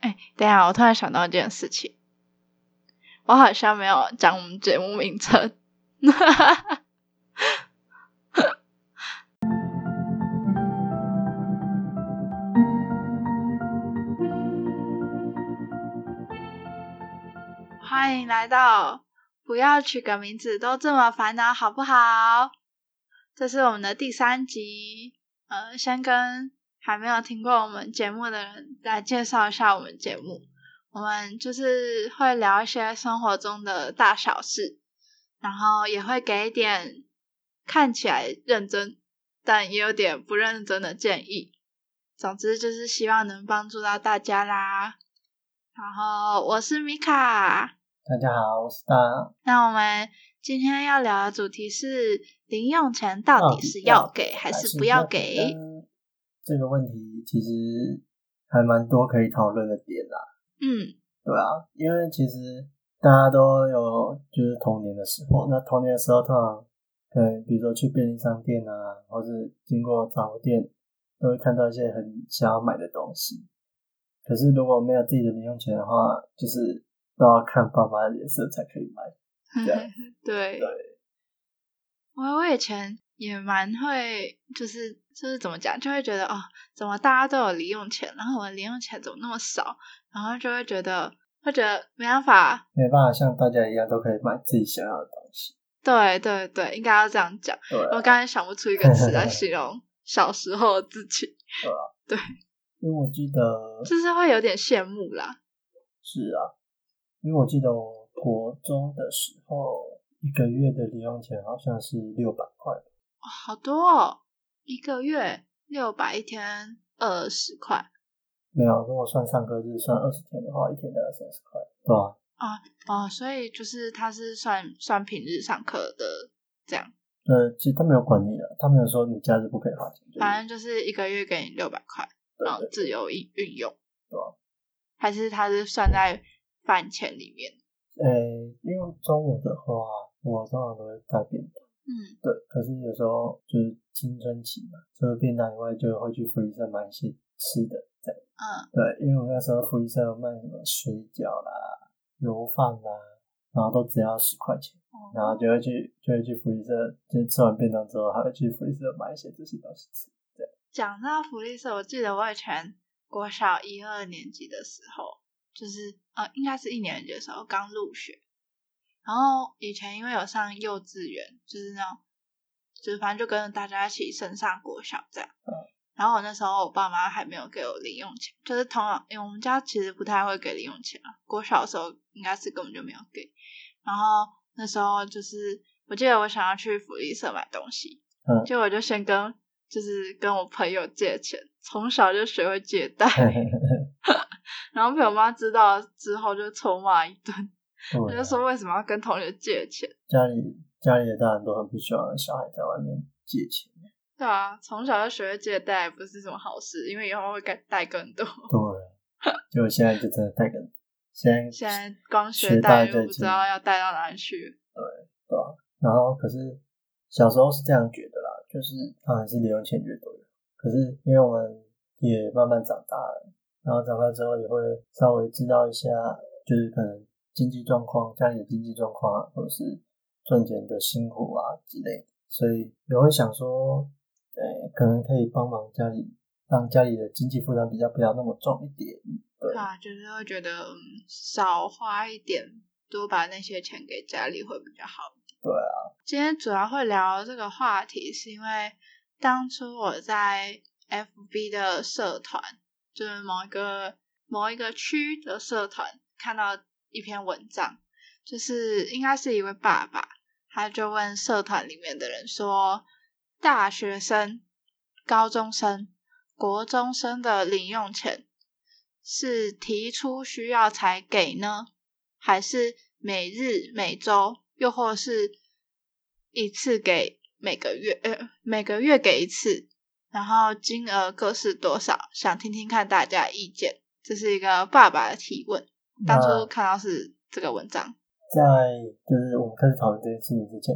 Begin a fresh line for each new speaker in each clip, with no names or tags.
哎等一下，我突然想到一件事情，我好像没有讲我们节目名称。欢迎来到不要取个名字都这么烦恼，好不好？这是我们的第三集，呃，先跟还没有听过我们节目的人来介绍一下我们节目。我们就是会聊一些生活中的大小事，然后也会给一点看起来认真，但也有点不认真的建议。总之就是希望能帮助到大家啦。然后我是米卡，
大家好，我是大。
那我们今天要聊的主题是零用钱到底是要给还是不要给？
呃这个问题其实还蛮多可以讨论的点啦。
嗯
对啊，因为其实大家都有就是童年的时候，那童年的时候通常可能比如说去便利商店啊，或是经过杂货店，都会看到一些很想要买的东西。可是如果没有自己的零用钱的话，就是都要看爸妈的脸色才可以买。对
嗯对
对，
我我以前也蛮会，就是就是怎么讲，就会觉得哦，怎么大家都有零用钱，然后我的零用钱怎么那么少，然后就会觉得会觉得没办法，
没办法像大家一样都可以买自己想要的东西。
对对对，应该要这样讲。
对啊、
我刚才想不出一个词来形 容小时候的自己，
因为我记得
就是会有点羡慕啦。
是啊，因为我记得我国中的时候，一个月的零用钱好像是六百块，
哇好多哦，一个月六百，一天二十块
没有，如果算上个日算二十天的话，一天大概三十块，对啊，
哦，所以就是他是算算平日上课的这样，
对，其实他没有管你的，他没有说你假日不可以花钱，就是
反正就是一个月给你六百块，然后
对
自由运运用，
对啊
还是他是算在饭钱里面？
对，诶，因为中午的话，我通常都会带便当，
嗯，
对，可是有时候就是青春期嘛，除了便当以外，就会去福利社买一些吃的，这样。
嗯，
对，因为我那时候福利社有卖什么水饺啦、油饭啦，然后都只要十块钱，然
哦
后就会去就会去福利社，就是吃完便当之后还会去福利社买一些这些东西吃。
讲到福利社，我记得我以前国小一二年级的时候，就是呃，应该是一年级的时候刚入学，然后以前因为有上幼稚园，就是那种，就是反正就跟着大家一起升上国小这样。然后我那时候我爸妈还没有给我零用钱，就是通常因为我们家其实不太会给零用钱啊，国小的时候应该是根本就没有给。然后那时候就是我记得我想要去福利社买东西，
嗯
结果我就先跟就是跟我朋友借钱，从小就学会借贷，然后被我妈知道之后就臭骂一顿， 我
对
就
啊，
说为什么要跟同学借钱？
家里家里的大人都很不喜欢小孩在外面借钱。
对啊，从小就学会借贷不是什么好事，因为以后会带带更多。
对啊，就现在就真的太跟现在
现在光学
学
贷
贷
又
就
不知道要贷到哪里去。
对啊，然后可是小时候是这样觉得啦，就是当然是零用钱越多越好。可是因为我们也慢慢长大了，然后长大之后也会稍微知道一下，就是可能经济状况、家里的经济状况啊，或者是赚钱的辛苦啊之类的，所以也会想说，呃，可能可以帮忙家里，让家里的经济负担比较不要那么重一点。对
对啊，就是会觉得、嗯、少花一点，多把那些钱给家里会比较好。
对
啊，今天主要会聊这个话题，是因为当初我在 FB 的社团，就是某一个某一个区的社团，看到一篇文章，就是应该是一位爸爸，他就问社团里面的人说，大学生、高中生、国中生的零用钱是提出需要才给呢，还是每日、每周，又或是一次给每个月，呃，每个月给一次，然后金额各是多少？想听听看大家意见。这是一个爸爸的提问，当初
那
看到是这个文章，
在就是我们开始讨论这件事情之前，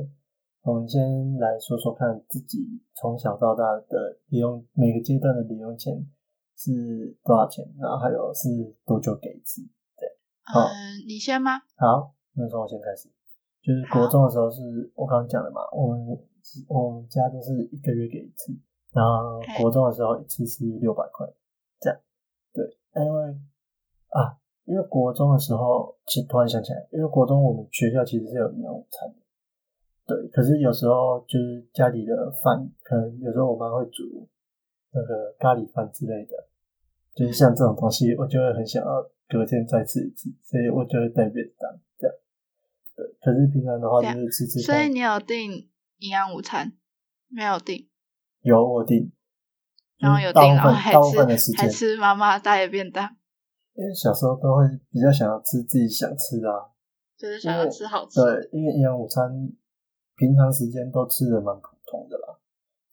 我们先来说说看自己从小到大的零用每个阶段的零用钱是多少钱，然后还有是多久给一次。好
嗯，你先吗？
好，那从我先开始，就是国中的时候是我刚刚讲的嘛，我们我们家都是一个月给一次，然后
嘿
国中的时候一次是六百块，这样，对，那因为啊，因为国中的时候，其实突然想起来，因为国中我们学校其实是有营养午餐的，对，可是有时候就是家里的饭，可能有时候我妈会煮那个咖喱饭之类的，就是像这种东西，我就会很想要隔天再吃一次，所以我就会带便当这样。对，可是平常的话就是吃吃
啊所以
饭，
你有订营养午餐？没有订，
有我订，
然后有
嗯嗯大
订，
部
然后
分
还
大部分的时
吃还
间，
吃妈妈带的便当，
因为小时候都会比较想要吃自己想吃的、啊，
就是想要吃好吃。
对，因为营养午餐平常时间都吃的蛮普通的啦，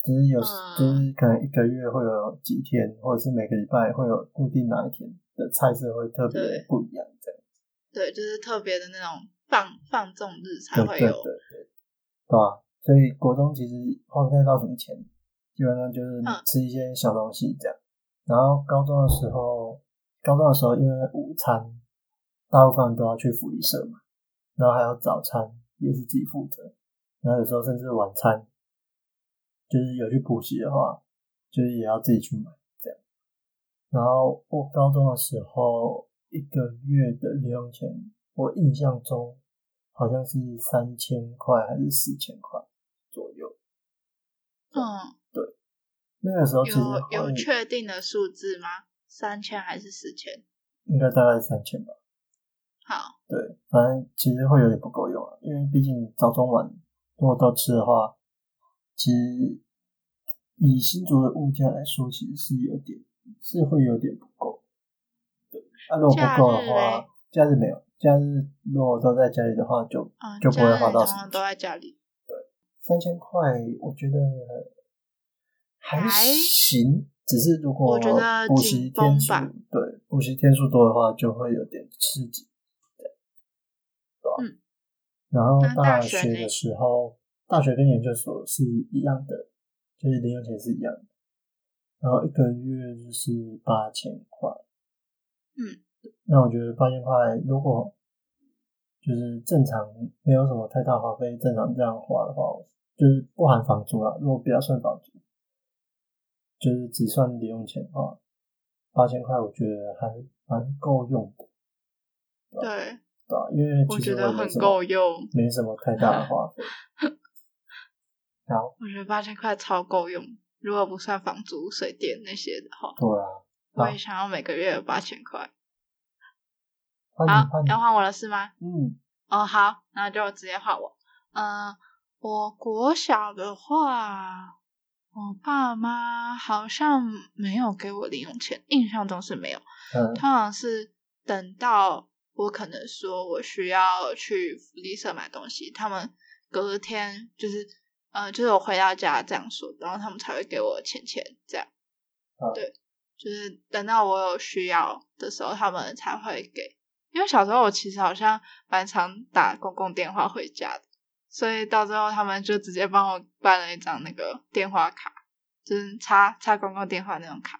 只是有、
嗯
就是可能一个月会有几天，或者是每个礼拜会有固定哪一天的菜色会特别
对
不一样，这样
对，就是特别的那种放放纵日才
对
会
对
有
对。对，对吧、所以国中其实花不太到什么钱，基本上就是
嗯
吃一些小东西这样。然后高中的时候，高中的时候因为午餐大部分都要去福利社嘛，然后还有早餐也是自己负责，然后有时候甚至晚餐，就是有去补习的话，就是也要自己去买这样。然后我高中的时候，一个月的零用钱，我印象中好像是三千块还是四千块左右。
嗯，
那个时候其实嗯
有有
会
确定的数字吗？三千还是四千？
应该大概三千吧。
好，
对，反正其实会有点不够用啊，因为毕竟早中晚如果都吃的话，其实以新竹的物价来说，其实是有点是会有点不够。对，那、如果不够的
假日嘞
话，假日没有，假日如果都在家里的话，就
嗯，
就不会
家人
花到
通
什么
常都在家里。
三千块，我觉得还
还
行。只是如果
我觉得
补习
紧绷
天数
吧
对补习天数多的话，就会有点吃紧，对对吧？
嗯
然后
那大学
学
嘞
的时候，大学跟研究所是一样的，就是零用钱是一样的，然后一个月就是八千块。
嗯，
那我觉得八千块如果就是正常没有什么太大花费，正常这样花的话，就是不含房租啦。如果不要算房租，就是只算零用钱的话，八千块我觉得还蛮够用的，
对，
对吧、因为
我
其实
觉得
也没
很
什么
够，用。
没什么太大的花费。好，
我觉得八千块超够用，如果不算房租、水电那些的话，
对啊，好
我也想要每个月有八千块。
欢迎
好
欢，迎
要，换我了是吗？
嗯，
哦，好，那就直接换我。嗯，我国小的话，我爸妈好像没有给我零用钱，印象中是没有。
嗯
通常是等到我可能说我需要去福利社买东西，他们隔天就是呃，就是我回到家这样说，然后他们才会给我钱钱这样。
嗯
对，就是等到我有需要的时候，他们才会给。因为小时候我其实好像蛮常打公共电话回家的，所以到最后他们就直接帮我办了一张那个电话卡，就是插插公共电话那种卡。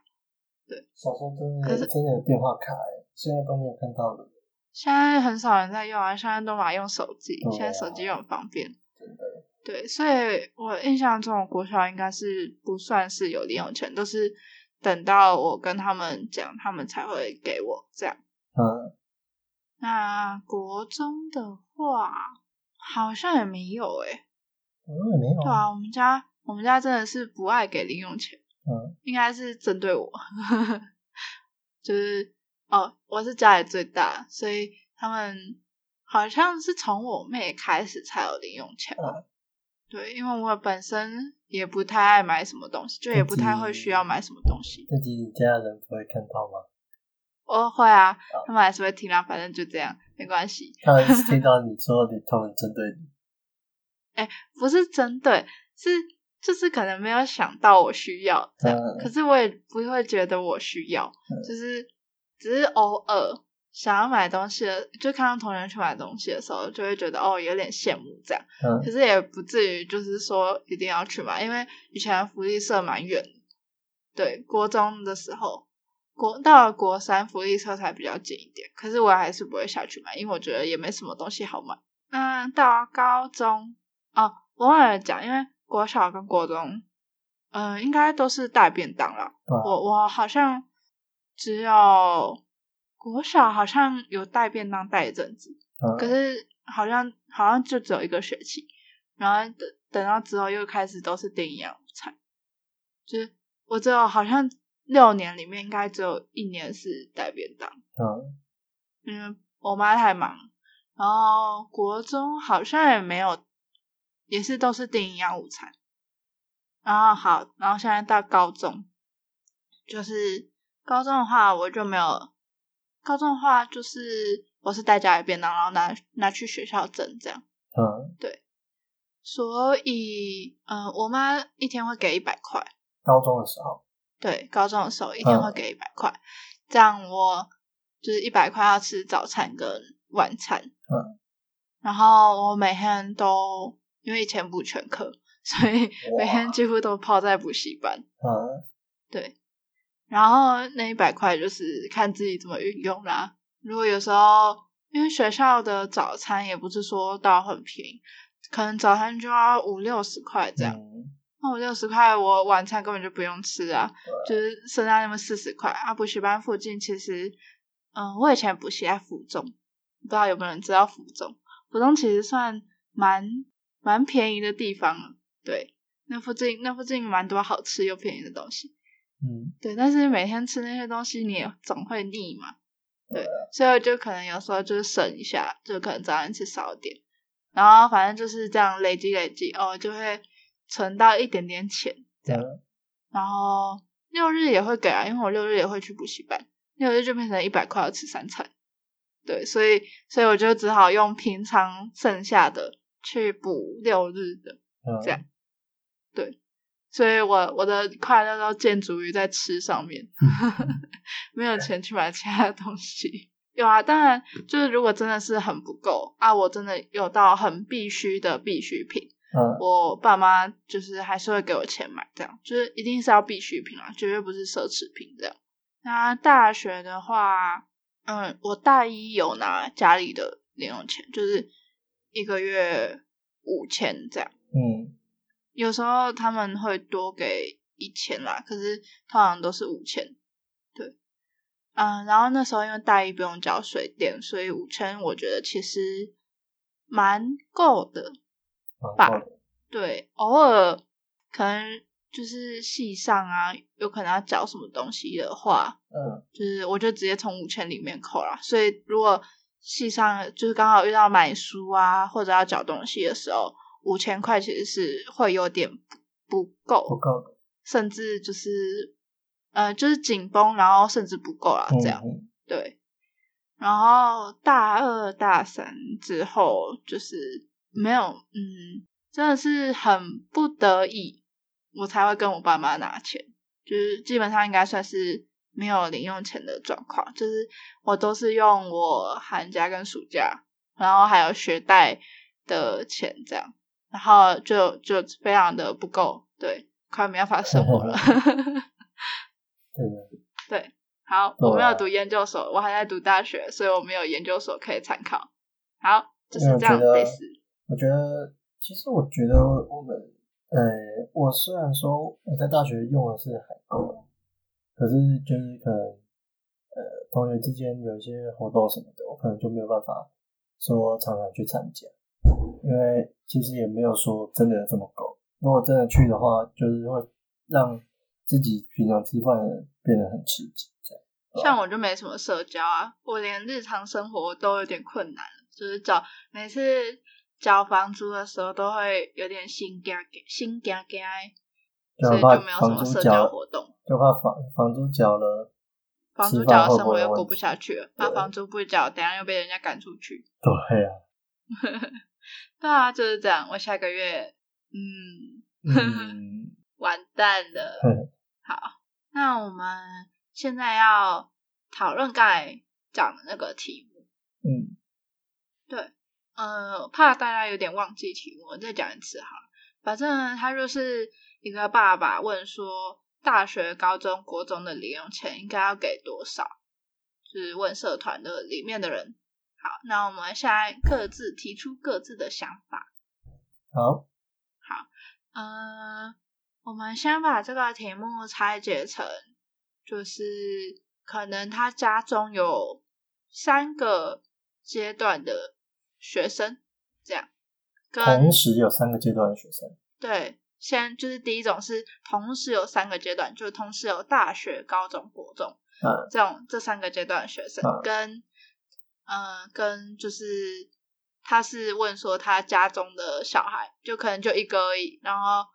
小时候真
可
的
是
真的有电话卡、欸，现在都没有看到了，
现在很少人在用啊，现在都嘛用手机，
对啊
现在手机又很方便。
真的，
对，所以我印象中，我国小应该是不算是有零用钱，都是等到我跟他们讲，他们才会给我这样。
嗯，
那国中的话，好像也没有欸诶、
嗯，也没有
对
啊，
啊，我们家我们家真的是不爱给零用钱，
嗯，
应该是针对我， 就是哦，我是家里最大，所以他们好像是从我妹开始才有零用钱。
嗯
对，因为我本身也不太爱买什么东西，就也不太会需要买什么东西。
自己家人不会看到吗？
我会啊，
哦
他们还是会听啊，反正就这样，没关系。
他们听到你说你他们针对你，
不是针对，是就是可能没有想到我需要这样，
嗯
可是我也不会觉得我需要，就是只是偶尔想要买东西的，就看到同学去买东西的时候，就会觉得哦有点羡慕这样，
嗯
可是也不至于就是说一定要去买，因为以前福利社蛮远的，对，国中的时候，国到了国三福利社才比较近一点，可是我还是不会下去买，因为我觉得也没什么东西好买。嗯，到了高中哦，我忘了讲，因为国小跟国中，嗯、应该都是带便当啦。
对啊
我我好像只有国小好像有带便当带一阵子，
嗯
可是好像好像就只有一个学期，然后等等到之后又开始都是订营养午餐，就是我只有好像六年里面应该只有一年是带便当，
嗯，
因为我妈太忙，然后国中好像也没有，也是都是订营养午餐，然后好，然后现在到高中，就是高中的话我就没有，高中的话就是我是带家里便当，然后拿拿去学校蒸这样。
嗯，
所以，嗯、我妈一天会给一百块，
高中的时候，
对，高中的时候一天
嗯
会给一百块，这样我就是一百块要吃早餐跟晚餐，
嗯，
然后我每天都因为以前补全课，所 以每
哇
天几乎都泡在补习班，
嗯，
然后那一百块就是看自己怎么运用啦。如果有时候因为学校的早餐也不是说到很便宜，可能早餐就要五六十块这样。
嗯
那我六十块，我晚餐根本就不用吃啊，就是剩下那么四十块啊。补习班附近其实，嗯，我以前补习在福中，不知道有没有人知道福中？福中其实算蛮蛮便宜的地方了，对，那附近那附近蛮多好吃又便宜的东西，
嗯，
对。但是每天吃那些东西，你也总会腻嘛，对，所以就可能有时候就是省一下，就可能早上吃少点，然后反正就是这样累积累积，哦，就会存到一点点钱。
这样，
然后六日也会给啊，因为我六日也会去补习班，六日就变成一百块要吃三餐，对，所以所以我就只好用平常剩下的去补六日的，
嗯，
这样所以我我的快乐都建筑于在吃上面， 没有钱去买其他的东西。有啊，当然就是如果真的是很不够啊，我真的有到很必须的必需品，
嗯，
我爸妈就是还是会给我钱买，这样就是一定是要必需品啊，绝对不是奢侈品这样。那大学的话，嗯，我大一有拿家里的零用钱，就是一个月五千这样，
嗯，
有时候他们会多给一千啦，可是通常都是五千。对，嗯，然后那时候因为大一不用交水电，所以五千我觉得其实蛮够的。
嗯
吧
够了
对，偶尔可能就是系上啊，有可能要缴什么东西的话，
嗯，
就是我就直接从五千里面扣啦。所以如果系上就是刚好遇到买书啊，或者要缴东西的时候，五千块其实是会有点不不
不
够，
够的，
甚至就是呃就是紧绷，然后甚至不够啦，这样。
嗯，
对，然后大二大三之后就是没有，嗯，真的是很不得已，我才会跟我爸妈拿钱，就是基本上应该算是没有零用钱的状况，就是我都是用我寒假跟暑假，然后还有学贷的钱这样，然后就就非常的不够，对，快没办法生活了。
对的，
好，
对
我没有读研究所，我还在读大学，所以我没有研究所可以参考。好，就是
因为我
这样
觉得
类似。
我觉得，其实我觉得我们，呃，我虽然说我在大学用的是海购，可是就是可能，呃，同学之间有一些活动什么的，我可能就没有办法说常常去参加，因为其实也没有说真的这么够。如果真的去的话，就是会让自己平常吃饭变得很吃紧，这样。
像我就没什么社交啊，我连日常生活都有点困难了，就是找每次缴房租的时候都会有点心惊心惊惊，所
就
以
怕
就没有什么
啊房租
社
缴
交
了
活动。
就怕房房租缴了，
房租
吃
缴了，
饭会
生
不
活
会
又
有
过
问
不
题？
下去了，那房租不缴，等一下又被人家赶出去。
对啊，
对啊，就是这样。我下个月，嗯，
嗯。
完蛋了。
嗯
好，那我们现在要讨论刚才讲的那个题目，
嗯，
呃，怕大家有点忘记题目，我再讲一次好了。反正他就是一个爸爸问说，大学、高中、国中的零用钱应该要给多少？就是问社团的里面的人。好，那我们现在各自提出各自的想法。
好，
嗯，我们先把这个题目拆解成，就是可能他家中有三个阶段的学生，这样跟
同时有三个阶段的学生，
对，先就是第一种是同时有三个阶段，就是同时有大学、高中、国中，
嗯
这种这三个阶段的学生，
嗯
跟呃跟就是他是问说他家中的小孩，就可能就一个而已，然后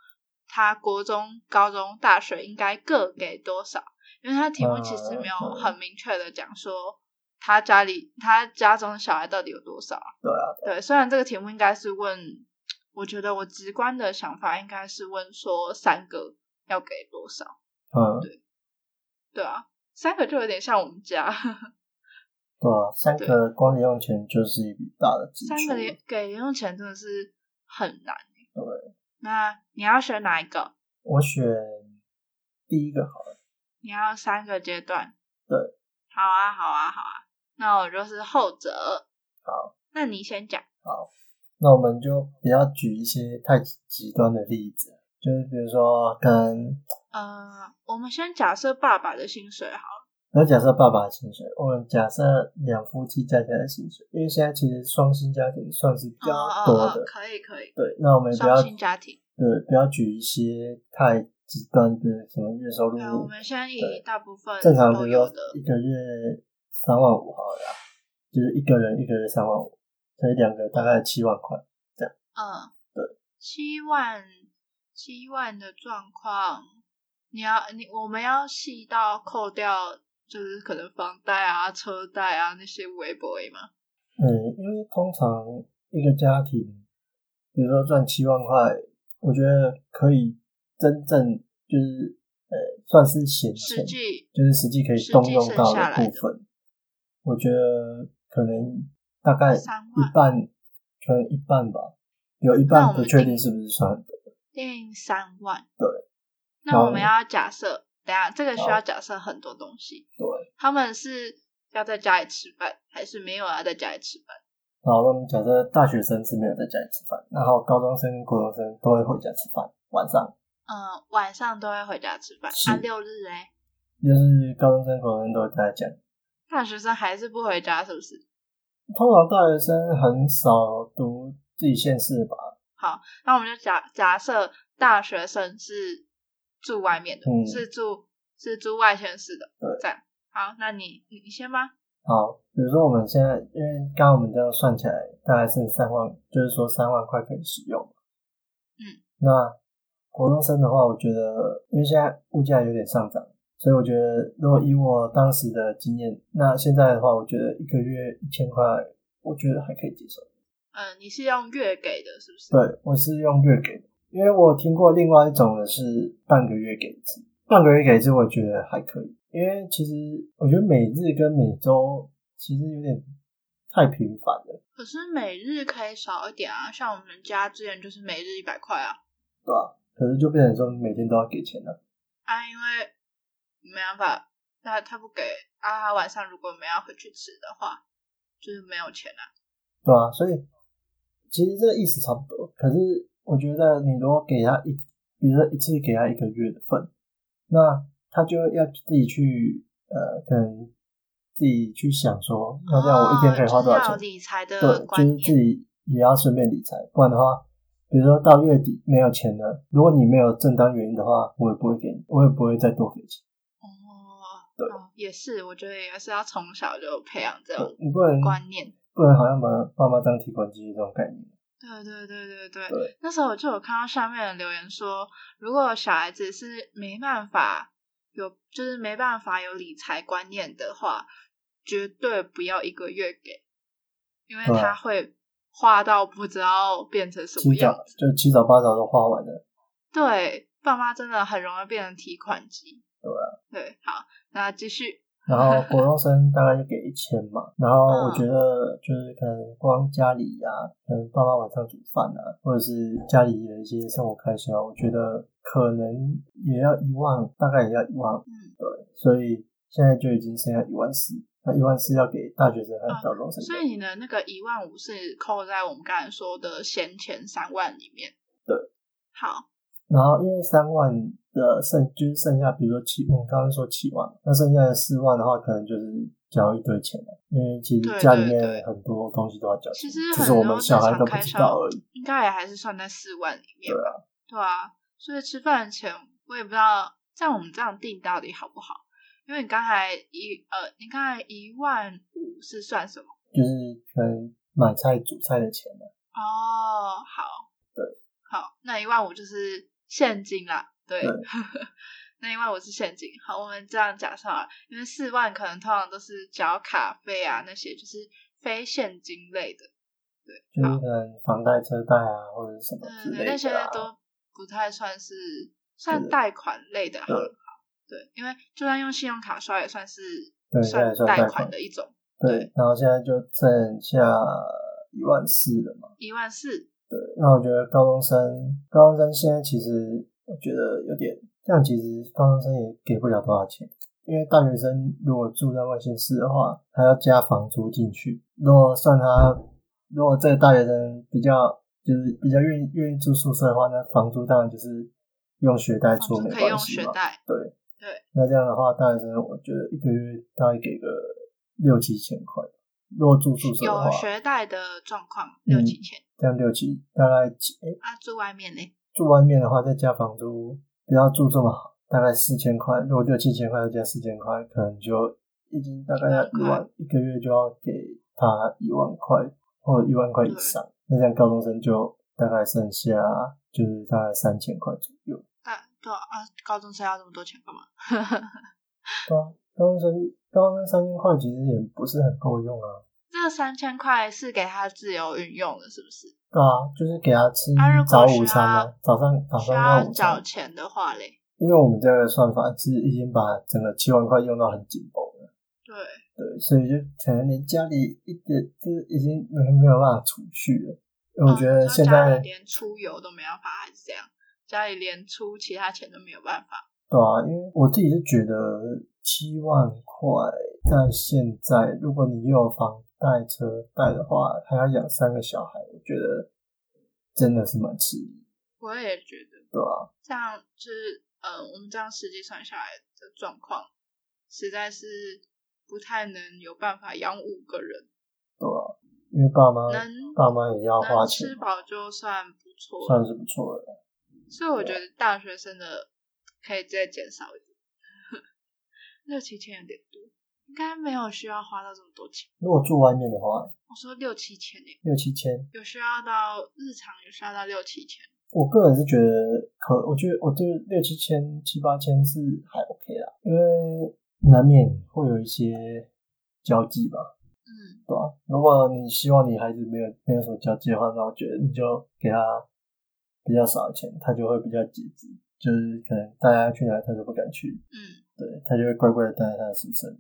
他国中、高中、大学应该各给多少？因为他题目其实没有
嗯嗯
很明确的讲说他家里他家中的小孩到底有多少。
对啊，
对，虽然这个题目应该是问，我觉得我直观的想法应该是问说三个要给多少？
嗯，
对啊，三个就有点像我们家，
对啊，三个光零用钱就是一笔大的支出，
三个零给零用钱真的是很难。欸
对，
那你要选哪一个？
我选第一个好了，
你要三个阶段？
对，
好啊，好啊，好啊。那我就是后者。
好，
那你先讲。
那我们就不要举一些太极端的例子，就是比如说跟，
呃，我们先假设爸爸的薪水好了。
那假设爸爸的薪水，我们假设两夫妻加起来的薪水，因为现在其实双薪家庭算是比较
哦
多
哦
的
哦，，可以可以。
对，那我们也不要
双薪家庭。
对，不要举一些太极端的什么月收入
对，我们先以
对
大部分
正常，
都
比如
有
说
的，
一个月三万五好了啦，就是一个人一个月三万五，所以两个大概七万块。
嗯，
对，
七万七万的状况，你要你我们要细到扣掉，就是可能房贷啊、车贷啊那些微博嘛，
嗯，因为通常一个家庭，比如说赚七万块，我觉得可以真正就是呃，算是闲
实
钱，
际
就是实际可以
实际
动用
省
到
下来
部
的
分。我觉得可能大概
三
一
万
半，可能一半吧，有一
那我
半
们
不确定
定
是不是算很多。
定三万。
对，
那我
好
们要假设，等一下这个需
好
要假设很多东西，
对，
他们是要在家里吃饭，还是没有要在家里吃饭？
然后我们假设大学生是没有在家里吃饭，然后高中生跟国中生都会回家吃饭，晚上
嗯，晚上都会回家吃饭，
是
啊，六日嘞，
就是高中生、国中生都会待在家里
大学生还是不回家，是不是？
通常大学生很少读自己县市吧，
那我们就假假设大学生是住外面的，
嗯
是住是住外县市的，
对
这样。好，那你你你先吧。
好，比如说我们现在，因为刚刚我们这样算起来，大概剩三万，就是说三万块可以使用。
嗯，
那国中生的话，我觉得因为现在物价有点上涨，所以我觉得如果以我当时的经验，那现在的话，我觉得一个月一千块，我觉得还可以接受。
嗯、你是用月给的，是不是？
对，我是用月给的，因为我听过另外一种的是半个月给一次，半个月给一次我觉得还可以，因为其实我觉得每日跟每周其实有点太频繁了，
可是每日可以少一点啊，像我们家之前就是每日一百块啊，
对吧、可是就变成说你每天都要给钱了，
啊，因为没办法，那他不给啊，他晚上如果没有要回去吃的话，就是没有钱啊。
对吧、所以其实这个意思差不多，可是我觉得你如果给他一，比如说一次给他一个月的份，那他就要自己去呃，可能自己去想说，那这样我一天可以花多少
哦就是
钱
要有？理财的
对，就是
观
自
念，
己也要顺便理财，不然的话，比如说到月底没有钱了，如果你没有正当原因的话，我也不会给你，我也不会再多给钱。
哦，
对
哦也是，我觉得也是要从小就培养这种
对你不能
观念。
不能好像把爸妈当提款机这种概念。
对对对对对，
对
那时候我就有看到下面的留言说，如果小孩子是没办法有，就是没办法有理财观念的话，绝对不要一个月给，因为
对啊
他会花到不知道变成什么
七早
样子。
就七早八早都花完了，
对，爸妈真的很容易变成提款机。
对啊
对，好，那继续。
然后国中生大概就给一千嘛，然后
嗯
我觉得就是可能光家里呀、可能爸妈晚上煮饭啊，或者是家里的一些生活开销，我觉得可能也要一万，大概也要一万五，
嗯
对，所以现在就已经剩下一万四，那一万四要给大学生和高中生
哦所
用，
以你的那个一万五是扣在我们刚才说的先前三万里面。
对，
好，
然后因为三万的剩就是剩下，比如说七，我们刚刚说七万，那剩下的四万的话，可能就是交一堆钱了，因为其
对
实家里
对对
面很多东西都要交钱，
其实
只
很
是我们
多
小
正
孩
常
都不
开
知
销
道而已。
应该也还是算在四万里面
对
吧？对啊，所以吃饭钱我也不知道，像我们这样定到底好不好？因为你刚才一呃，你刚才一万五是算什么？
就是可能买菜煮菜的钱嘛，
哦，好，
对，
好，那一万五就是现金啦，对，
对
那一万五是现金。好，我们这样假设好了，因为四万可能通常都是缴卡费啊那些，就是非现金类的，
就是可能房贷、车贷啊，或者什么
嗯，
之类的、啊。
那些都不太算是算
对
贷款类的，好
对
了对，因为就算用信用卡刷也算是
对现在算
贷
贷
款
款
的一种，
对，然后现在就剩下一万四了嘛。
一万四，
对，那我觉得高中生，高中生现在其实我觉得有点，这样其实高中生也给不了多少钱，因为大学生如果住在外县市的话，还要加房租进去。如果算他，如果这个大学生比较就是比较愿意愿意住宿舍的话，那房租当然就是用学贷
房
出
租
没
可以
关
用
系
学
嘛。
贷，
对
对，
那这样的话，大学生我觉得一个月大概给个六七千块，如果住宿舍的话
有，学贷的状况六
嗯
七千，
这样六七大概几、诶
啊，住外面嘞。
住外面的话，再加房租，不要住这么好，大概四千块，如果六七千块再加四千块，可能就已经大概要
一
一
万
万，一个月就要给他一万块或者一万块以上，那这样高中生就大概剩下就是大概三千块左右。
但对啊，啊高中生要这么多钱干嘛？
对啊，高中生高中生三千块其实也不是很够用啊。
这三千块是给他自由运用的，是不是？
对啊，就是给他吃
啊如果
早
需
午餐
要
啊，早上早
需
上
要
要午
缴
餐，
钱的话嘞，
因为我们这个算法是已经把整个七万块用到很紧绷了，
对，
对，所以就可能连家里一点就是已经没有没有办法储蓄了。我觉
嗯
得
就
现
家里
在
连出游都没办法，还是这样，家里连出其他钱都没有办法。
对啊，因为我自己是觉得七万块在现在，如果你又有房贷、车贷的话，还要养三个小孩，我觉得真的是蛮吃力，
我也觉得
对啊吧、
这样，就是呃，我们这样实际算下来的状况，实在是不太能有办法养五个人，
对啊，因为爸妈
能
爸妈也要花
能
钱
吃，饱就算不错了。
算是不错的。
所以我觉得大学生的可以再减少一点， 六七千有点多，应该没有需要花到这么多钱。
如果住外面的话，
我说六七千耶，
六七千，
有需要到日常有需要到六七千，
我个人是觉得可，我觉得我对六七千、七八千是还 OK 啦，因为难免会有一些交际吧，
嗯，
对吧、如果你希望你孩子没有没有什么交际的话，那我觉得你就给他比较少的钱，他就会比较节制，就是可能大家去哪他都不敢去，
嗯，
对他就会乖乖的待在他的宿 舍里。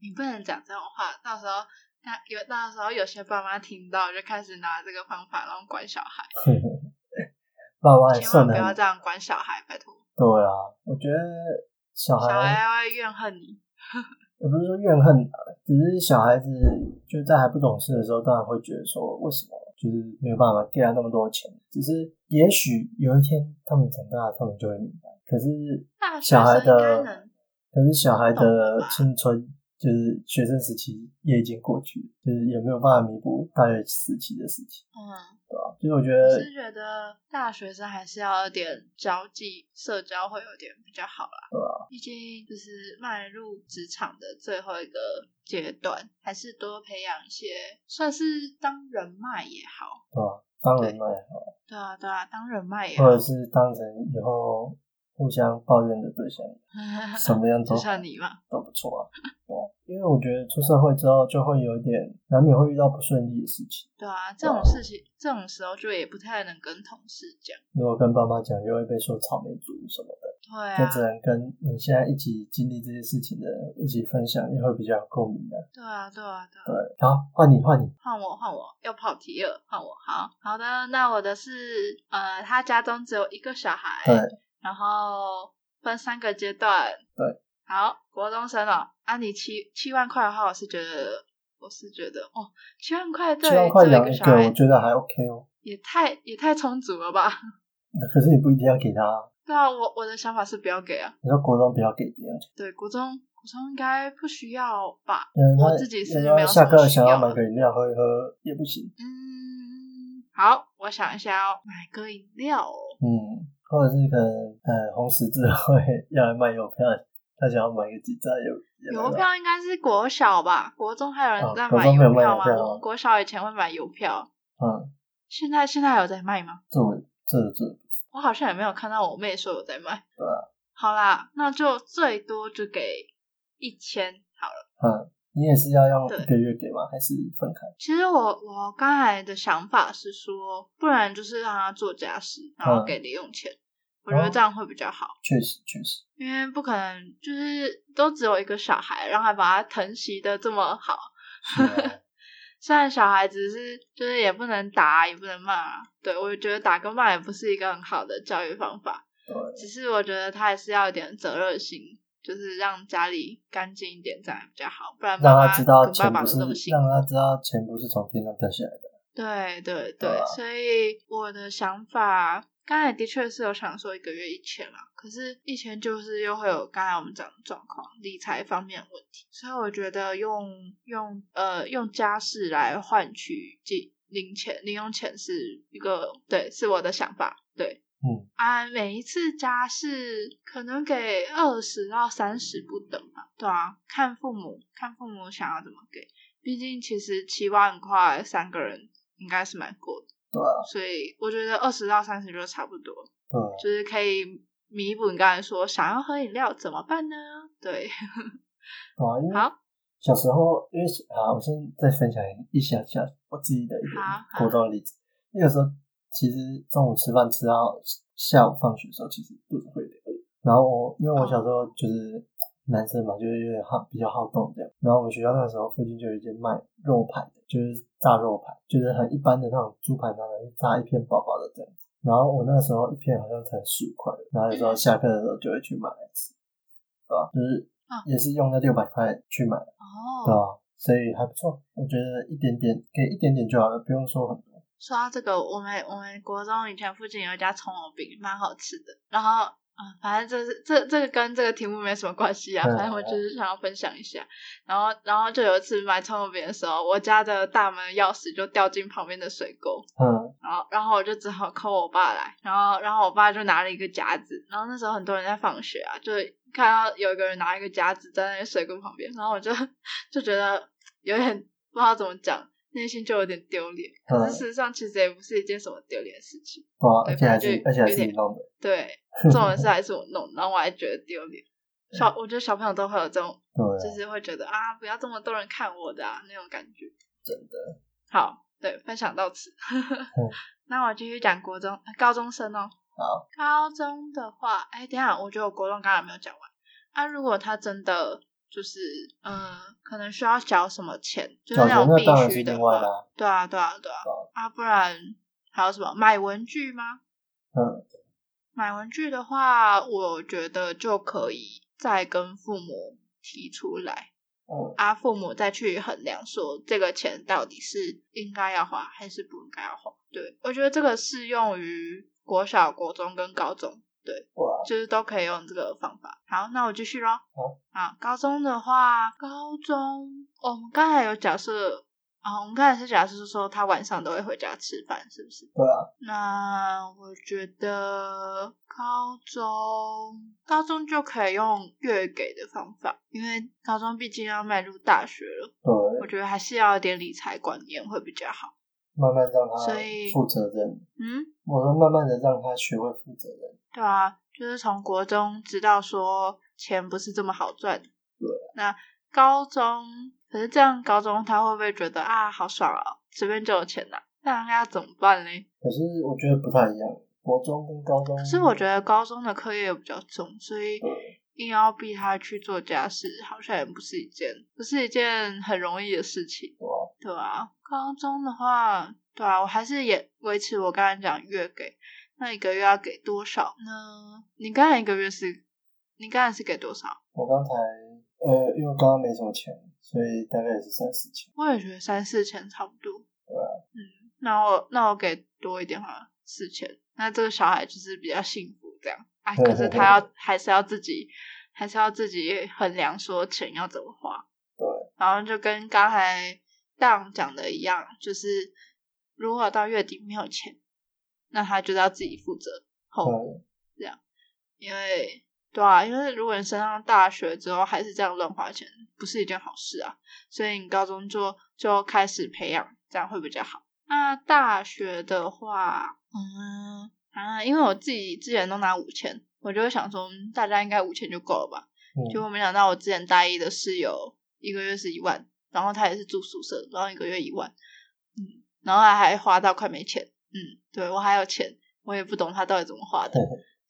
你不能讲这种话，到时候那有到时候有些爸妈听到就开始拿这个方法然后管小孩，
爸妈也
千
算
万
哦的
不
很
要这样管小孩，拜托，
对啊，我觉得小
小
孩
孩会怨恨你。
也不是说怨恨啊，只是小孩子就在还不懂事的时候，当然会觉得说为什么就是没有办法给他那么多钱。只是也许有一天他们长大，他们就会明白。可是
大学
小孩
生应
的
该能，
可是小孩
懂了
的
吧
青春就是学生时期也已经过去了，就是也没有办法弥补大学时期的事情，
嗯。
对吧、就是我觉
我
得
是觉得大学生还是要有点交际社交会有点比较好啦，
对
毕竟就是迈入职场的最后一个阶段，还是多培养一些算是当人脉也好，
对吧、当人脉也好，
对啊对啊，当人脉也好
或，者是当成以后互相抱怨的 对象，什么样都
就
好
像你嘛，
都不错啊。哦，因为我觉得出社会之后就会有一点难免会遇到不顺利的事情，
对啊，这
哦
种事情这种时候就也不太能跟同事讲，
如果跟爸妈讲，又会被说草莓族什么的，
对
就
啊
只能跟你现在一起经历这些事情的人一起分享，也会比较有共鸣的。
对啊对啊对啊，
对，好，换你换你，
换我，换我，要跑题了，换我。好好的，那我的是，呃，他家中只有一个小孩，
对，
然后分三个阶段。
对，
好，国中生哦，啊，你七七万块的话，我是觉得，我是觉得，哦，七万块对
七万块
于这
养
个
一
小
个，
孩
我觉得还 OK 哦。
也太也太充足了吧？
可是你不一定要给他，
那我我的想法是不要给啊，
你说国中不要给这样钱，
对，国中国中应该不需要吧？
因为他
我自己是
人
没
家
有
下
什
课
么需
想要
要
买个饮料喝一喝也不行，
嗯，好，我想一下哦，买个饮料哦。
嗯，或者是可能呃红十字会要来卖邮票，他想要买个几张邮
邮，票应该是国小吧，国中还有人
哦
在
国
买
中没有
邮
卖
票
邮
吗？
票啊
我
吗
们国小以前会买邮票，
嗯，
现在现在还有在卖吗？
这我这这
我好像也没有看到我妹说有在卖。
对啊
好啦，那就最多就给一千好了。
嗯，你也是要用
对
一个月给吗？还是分开？
其实我我刚才的想法是说，不然就是让他做家事，然后
嗯
给零用钱，我觉得
哦
这样会比较好。
确实确 实，
因为不可能就是都只有一个小孩，然后还把他疼惜的这么好。
是啊
虽然小孩子是就是也不能打，也不能骂，对我觉得打跟骂也不是一个很好的教育方法。
对，
只是我觉得他还是要有点责任心，就是让家里干净一点，这样比较好。不然妈
让
妈
他知道
跟
钱
爸爸
不
都
是
这么辛苦
让他知道钱不是从天上掉下来的，
对对对，
对啊
所以我的想法，刚才的确是有想说一个月一千啦，可是一千就是又会有刚才我们讲的状况，理财方面的问题，所以我觉得用用呃用家事来换取几零钱零用钱是一个对，是我的想法，对。
嗯
啊，每一次家事可能给二十到三十不等吧，对啊，看父母看父母想要怎么给，毕竟其实七万块三个人应该是蛮够的，
对啊
所以我觉得二十到三十就差不多，
对啊
就是可以弥补你刚才说想要喝饮料怎么办呢？对，
对啊，因为
好，哦
小时候，因为啊，我先再分享一下下我自己的一个
好好
国中的例子。那个时候，其实中午吃饭吃到下午放学的时候，其实肚子会有点饿。然后我因为我小时候就是男生嘛，就是有点好比较好动这样。然后我们学校那时候附近就有一间卖肉排的，就是炸肉排，就是很一般的那种猪排拿来炸一片薄薄的这样子。然后我那时候一片好像才十五块，然后有时候下课的时候就会去买来吃，对吧？就是
啊
也是用那六百块去买。对
哦，
啊，所以还不错，我觉得一点点给一点点就好了，不用说很多。
说到这个，我们我们国中以前附近有一家葱油饼，蛮好吃的，然后。啊、反正这是这这个跟这个题目没什么关系啊，
嗯
反正我就是想要分享一下。然后然后就有一次买葱油饼的时候，我家的大门钥匙就掉进旁边的水沟，
嗯，
然后然后我就只好 call 我爸来，然后然后我爸就拿了一个夹子，然后那时候很多人在放学啊，就看到有一个人拿一个夹子在那个水沟旁边，然后我就 就觉得有点不知道怎么讲，内心就有点丢脸。可
嗯
是事实上其实也不是一件什么丢脸的事情，对
对啊，而且还是
反正就
而且还是
有点
你弄的，
对，这种事还是我弄，然后我还觉得丢脸。小我觉得小朋友都会有这种，
对
就
啊，
是会觉得啊，不要这么多人看我的啊那种感觉。
真的。嗯
好，对，分享到此。 那我继续讲国中、呃高中生哦。
好，
高中的话，哎，等一下，我觉得我国中刚才没有讲完。啊，如果他真的就是，嗯，可能需要缴什么钱，就是
小学
种
那当然
必须
是
的
另外
话，
啦、
对啊，对啊，对啊。啊，不然还有什么买文具吗？
嗯，
买文具的话，我觉得就可以再跟父母提出来，
嗯，
啊，父母再去衡量说这个钱到底是应该要花还是不应该要花。对我觉得这个适用于国小、国中跟高中，对，
对啊，
就是都可以用这个方法。好，那我继续咯。
好，
啊，高中的话，高中、哦我们刚才有假设啊，我们刚才是假设是说他晚上都会回家吃饭，是不是？
对啊，
那我觉得高中高中就可以用月给的方法，因为高中毕竟要迈入大学了，我
对，
觉得还是要有点理财观念会比较好。
慢慢让他
所以
负责任。
嗯，
我说慢慢的让他学会负责任。
对啊，就是从国中知道说钱不是这么好赚。
对。
那高中可是这样，高中他会不会觉得啊好爽啊，随便就有钱拿、那那要怎么办嘞？
可是我觉得不太一样，国中跟高中。
可是我觉得高中的课业又比较重，所以
对
硬要逼他去做家事，好像也不是一件不是一件很容易的事情，
对啊，
对啊，高中的话，对啊，我还是也维持我刚才讲月给，那一个月要给多少呢？你刚才一个月是，你刚才是给多少？
我刚才呃，因为刚刚没什么钱，所以大概也是三四千。
我也觉得三四千差不多。
对啊
嗯，那我那我给多一点好了，四千。那这个小孩就是比较幸福这样啊，
对
可是
对对
他要还是要自己，还是要自己衡量说钱要怎么花。
对，
然后就跟刚才大勇讲的一样，就是如果到月底没有钱，那他就要自己负责后果，
嗯，
因为对啊，因为如果你升上大学之后还是这样乱花钱，不是一件好事啊。所以你高中就就开始培养，这样会比较好。那大学的话，嗯啊，因为我自己之前都拿五千，我就会想说，嗯大家应该五千就够了吧。结
嗯，
果没想到我之前大一的室友一个月是一万，然后他也是住宿舍，然后一个月一万，嗯，然后他还花到快没钱，嗯，对我还有钱，我也不懂他到底怎么花的，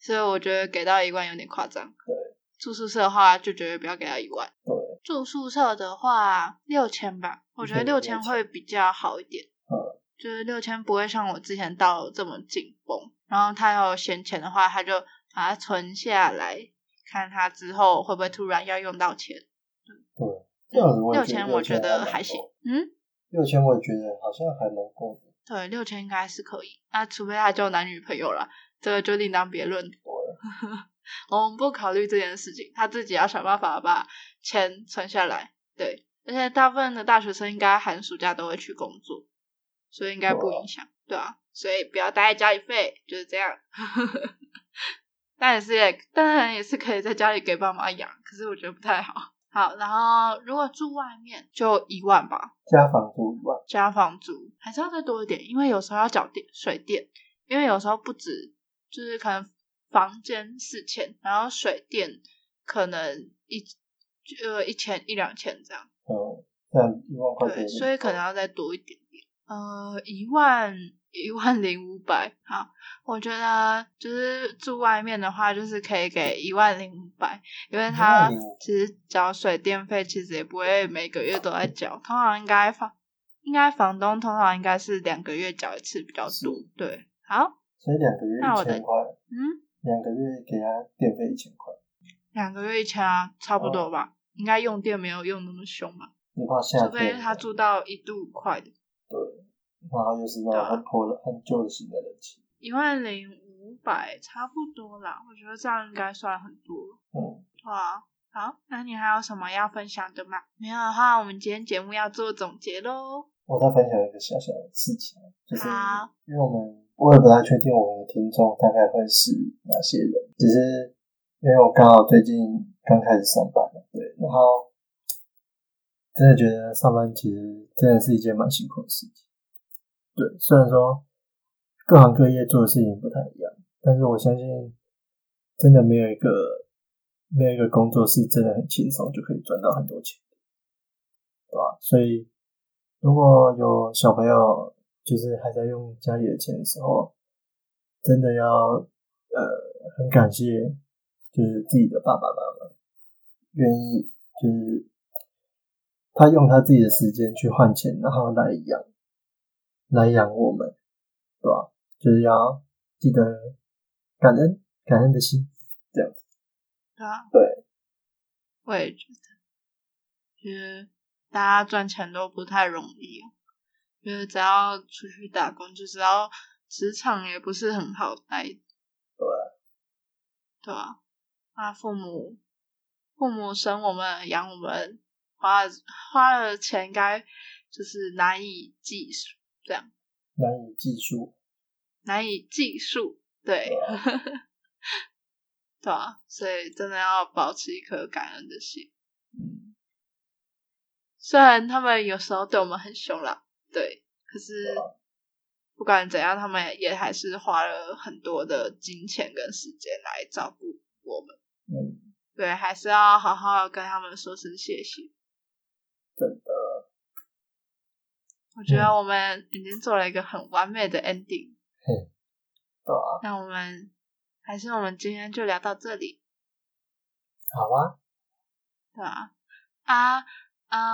所以我觉得给到一万有点夸张。
嗯对，
住宿舍的话就绝对不要给到一万。
对，
住宿舍的话六千吧，我觉得
对
六千会比较好一点。
嗯
就是六千不会像我之前到这么紧绷。然后他有闲钱的话，他就把它存下来，看他之后会不会突然要用到钱。
对，这样子我也
六
觉得
千我觉得
蛮
还
够
行，嗯，
六千我也觉得好像还蛮够的。
对，六千应该是可以。那、除非他交男女朋友了，这个就另当别论。 我们不考虑这件事情，他自己要想办法把钱存下来。对，而且大部分的大学生应该寒暑假都会去工作，所以应该不影响。对啊，所以不要待在家里废，就是这样。 但也是也，当然也是可以在家里给爸妈养，可是我觉得不太好。好，然后如果住外面就一万吧，
加房租一万，
加房租还是要再多一点，因为有时候要缴电水电，因为有时候不止，就是可能房间四千，然后水电可能一呃一千一两千这样，
嗯，这样一万块
对，
钱，
所以可能要再多一点点，呃，一万一万零五百，好，我觉得就是住外面的话，就是可以给一万零五百，因为他
10500
其实缴水电费其实也不会每个月都在缴，通常应该房应该房东通常应该是两个月缴一次比较多，对，好，
所以两个月
那我
一
的
千块，
嗯，
两个月给他电费一千块，
两个月一千啊，差不多吧，应该用电没有用那么凶吧，
你怕夏
除
天
非
了，
他住到一度快的。
然后又是那
对
种
啊
很破的、很旧的型的冷气，
一万零五百差不多啦，我觉得这样应该算很多了。
嗯，
对啊，好，那你还有什么要分享的吗？没有的话，我们今天节目要做总结喽。
我再分享一个小小的事情，就是
好
因为我们我也不太确定我们的听众大概会是哪些人，只是因为我刚好最近刚开始上班嘛，对，然后真的觉得上班其实真的是一件蛮辛苦的事情。对，虽然说各行各业做的事情不太一样，但是我相信真的没有一个没有一个工作是真的很轻松就可以赚到很多钱，对吧？所以如果有小朋友就是还在用家里的钱的时候，真的要呃很感谢就是自己的爸爸妈妈愿意就是他用他自己的时间去换钱，然后来养来养我们，对吧？就是要记得感恩感恩的心，这样子。
对啊，
对，
我也觉得，就是大家赚钱都不太容易哦，就是只要出去打工，就知道职场也不是很好待。
对啊
对啊，那父母父母生我们养我们，花花的钱应该就是难以计数，这样
难以计数。
难以计数，对，
啊
对啊，所以真的要保持一颗感恩的心。
嗯，
虽然他们有时候对我们很凶啦，对，可是不管怎样，他们也还是花了很多的金钱跟时间来照顾我们。
嗯，
对，还是要好好跟他们说声谢谢。
真的，
我觉得我们已经做了一个很完美的 ending，、
对啊，
那我们还是我们今天就聊到这里，
好啊，
对吧、啊？啊，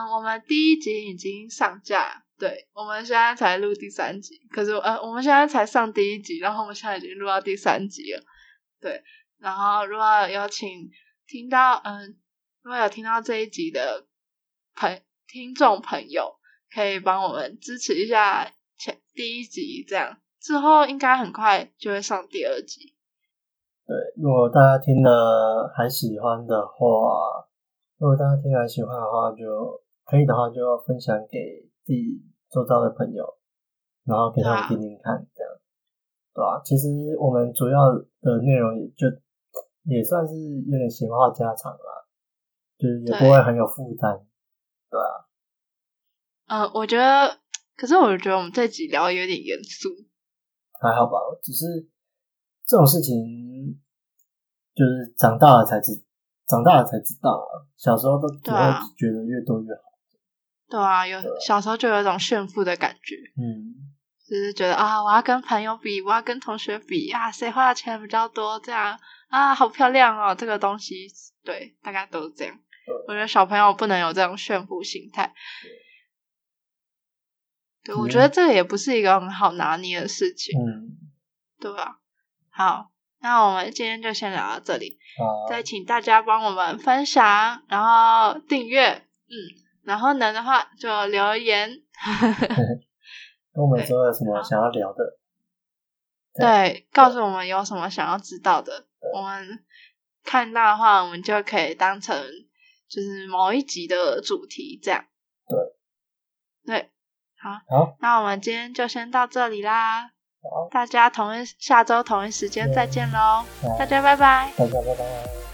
嗯，我们第一集已经上架，对，我们现在才录第三集。可是，呃，我们现在才上第一集，然后我们现在已经录到第三集了，对。然后，如果有请听到，嗯，如果有听到这一集的朋听众朋友，可以帮我们支持一下前第一集，这样之后应该很快就会上第二集。
对，如果大家听了还喜欢的话，如果大家听了还喜欢的话就，可以的话就分享给自己周遭的朋友，然后给他们
对啊
听听看，这样，对吧、其实我们主要的内容也就也算是有点闲话家常啦，就是也不
对
会很有负担，对啊。
嗯，我觉得，可是我觉得我们这集聊得有点严肃，
还好吧，只是这种事情就是长大了才知，长大了才知道啊。小时候都只
对啊
会觉得越多越好。
对啊，有小时候就有一种炫富的感觉。
嗯，
就是觉得啊，我要跟朋友比，我要跟同学比啊，谁花的钱比较多，这样啊，好漂亮哦，这个东西，对，大概都是这样。我觉得小朋友不能有这种炫富心态。对，我觉得这个也不是一个很好拿捏的事情，
嗯，
对吧？好，那我们今天就先聊到这里，
好，
再请大家帮我们分享，然后订阅，嗯，然后能的话就留言。
跟我们说有什么想要聊的，
对，告诉我们有什么想要知道的，我们看到的话，我们就可以当成就是某一集的主题这样。
对，
对，好，
好，
那我们今天就先到这里啦，
好，
大家同一下周同一时间再见喽，大家拜拜。
大家拜拜。